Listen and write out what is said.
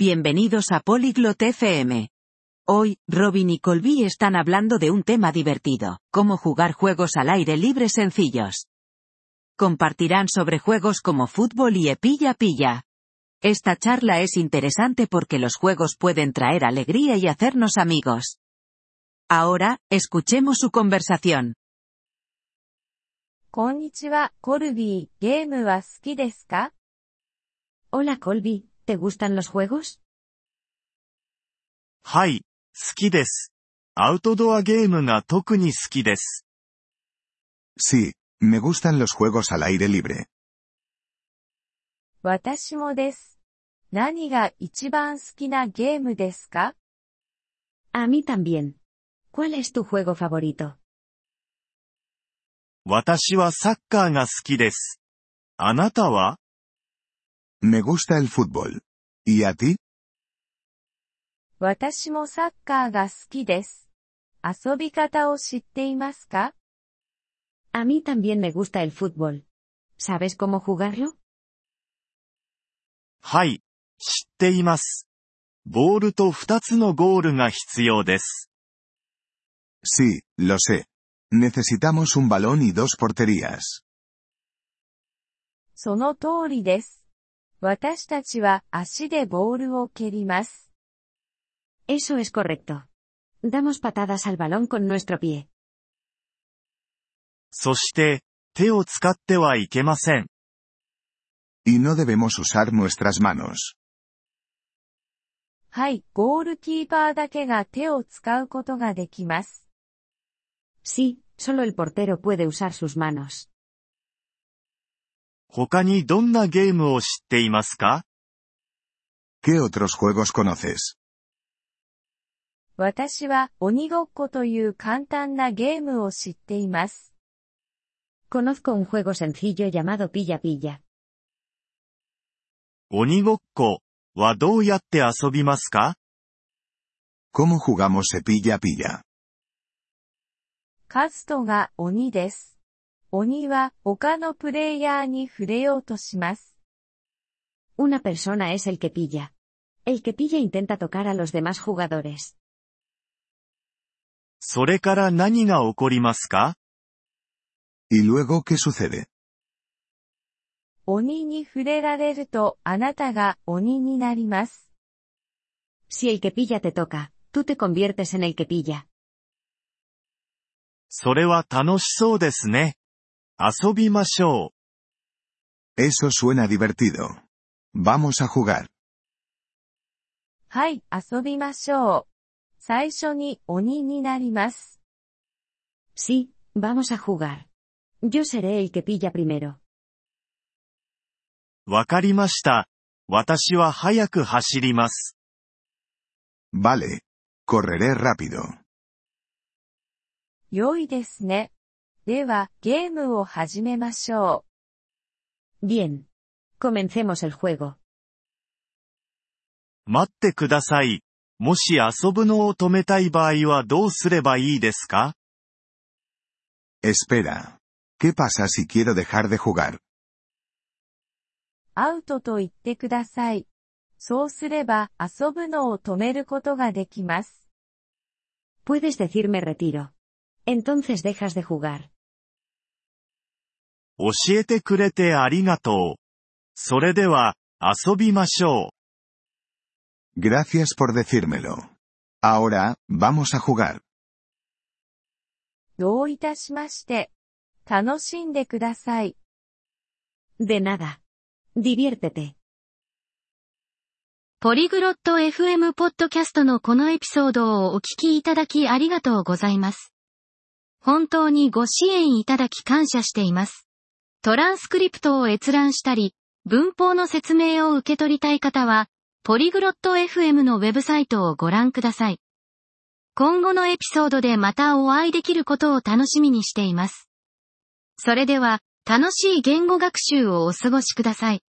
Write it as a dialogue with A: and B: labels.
A: Bienvenidos a Polyglot FM. Hoy, Robin y Colby están hablando de un tema divertido, cómo jugar juegos al aire libre sencillos. Compartirán sobre juegos como fútbol y epilla pilla. Esta charla es interesante porque los juegos pueden traer alegría y hacernos amigos. Ahora, escuchemos su conversación.
B: こんにちは、コルビー。ゲームは好きですか
C: Hola Colby, ¿te gustan los juegos?
D: はい、好きです。アウトドアゲームが特に好きです。
E: Sí, me gustan los juegos al aire libre.
B: 私もです。何が一番好きなゲームですか
C: A mí también. ¿Cuál es tu juego favorito?
D: 私はサッカーが好きです。あなたは
E: Me gusta el fútbol. ¿Y a ti?
B: 私もサッカーが好きです。遊び方を知っていますか
C: A mí también me gusta el fútbol. ¿Sabes cómo jugarlo?
D: はい、知っています。ボールと2つのゴールが必要です。
E: Sí, lo sé. Necesitamos un balón y dos porterías.
B: その通りです。私たちは足でボールを蹴ります。
C: Eso es correcto. Damos patadas al balón con nuestro pie.
D: そして、手を使ってはいけません。
E: Y no debemos usar nuestras manos.
B: はい、ゴールキーパーだけが手を使うことができます。
C: Sí, solo el portero puede usar sus manos.
D: 他にどんなゲームを知っていますか
E: ¿Qué otros juegos conoces?
B: 私は鬼ごっこという簡単なゲームを知っています。
C: Conozco un juego sencillo llamado Pilla Pilla.
D: 鬼ごっこはどうやって遊びますか
E: ¿Cómo jugamos cepilla pilla?
B: カズトが鬼です。鬼は他のプレイヤーに触れようとします。
C: Una persona es el que pilla. El que pilla intenta tocar a los demás jugadores.
D: それから何が起こりますか
E: ¿Y luego qué sucede?
B: 鬼に触れられるとあなたが鬼になります。
C: Si el que pilla te toca, tú te conviertes en el que pilla.
D: それは楽しそうですね。遊びましょう。
E: Eso suena divertido. Vamos a jugar.
B: はい、遊びましょう。最初に鬼になります。
C: Sí, vamos a jugar. Yo seré el que pilla primero.
D: わかりました。私は早く走ります。
E: Vale. Correré rápido.
B: 良いですね。では、ゲームを始めましょ
C: Bien. Comencemos el juego.
D: 待ってください。もし遊ぶのを止めたい場合はどうすればいいですか
E: Espera. ¿Qué pasa si quiero dejar de jugar?
B: う。アウトと言ってください。そうすれば遊ぶのを止めることができます。
C: Puedes decir me retiro. Entonces dejas de jugar.
D: 教えてくれてありがとう。それでは、遊びましょ
E: Gracias por decírmelo. Ahora, vamos a jugar.
B: どういたしまして。楽しんでください。
C: De nada. Diviértete.
F: ポリグロット FM ポッドキャストのこのエピソードをお聞きいただきありがとうございます。本当にご支援いただき感謝しています。トランスクリプトを閲覧したり、文法の説明を受け取りたい方は、ポリグロット FM のウェブサイトをご覧ください。今後のエピソードでまたお会いできることを楽しみにしています。それでは、楽しい言語学習をお過ごしください。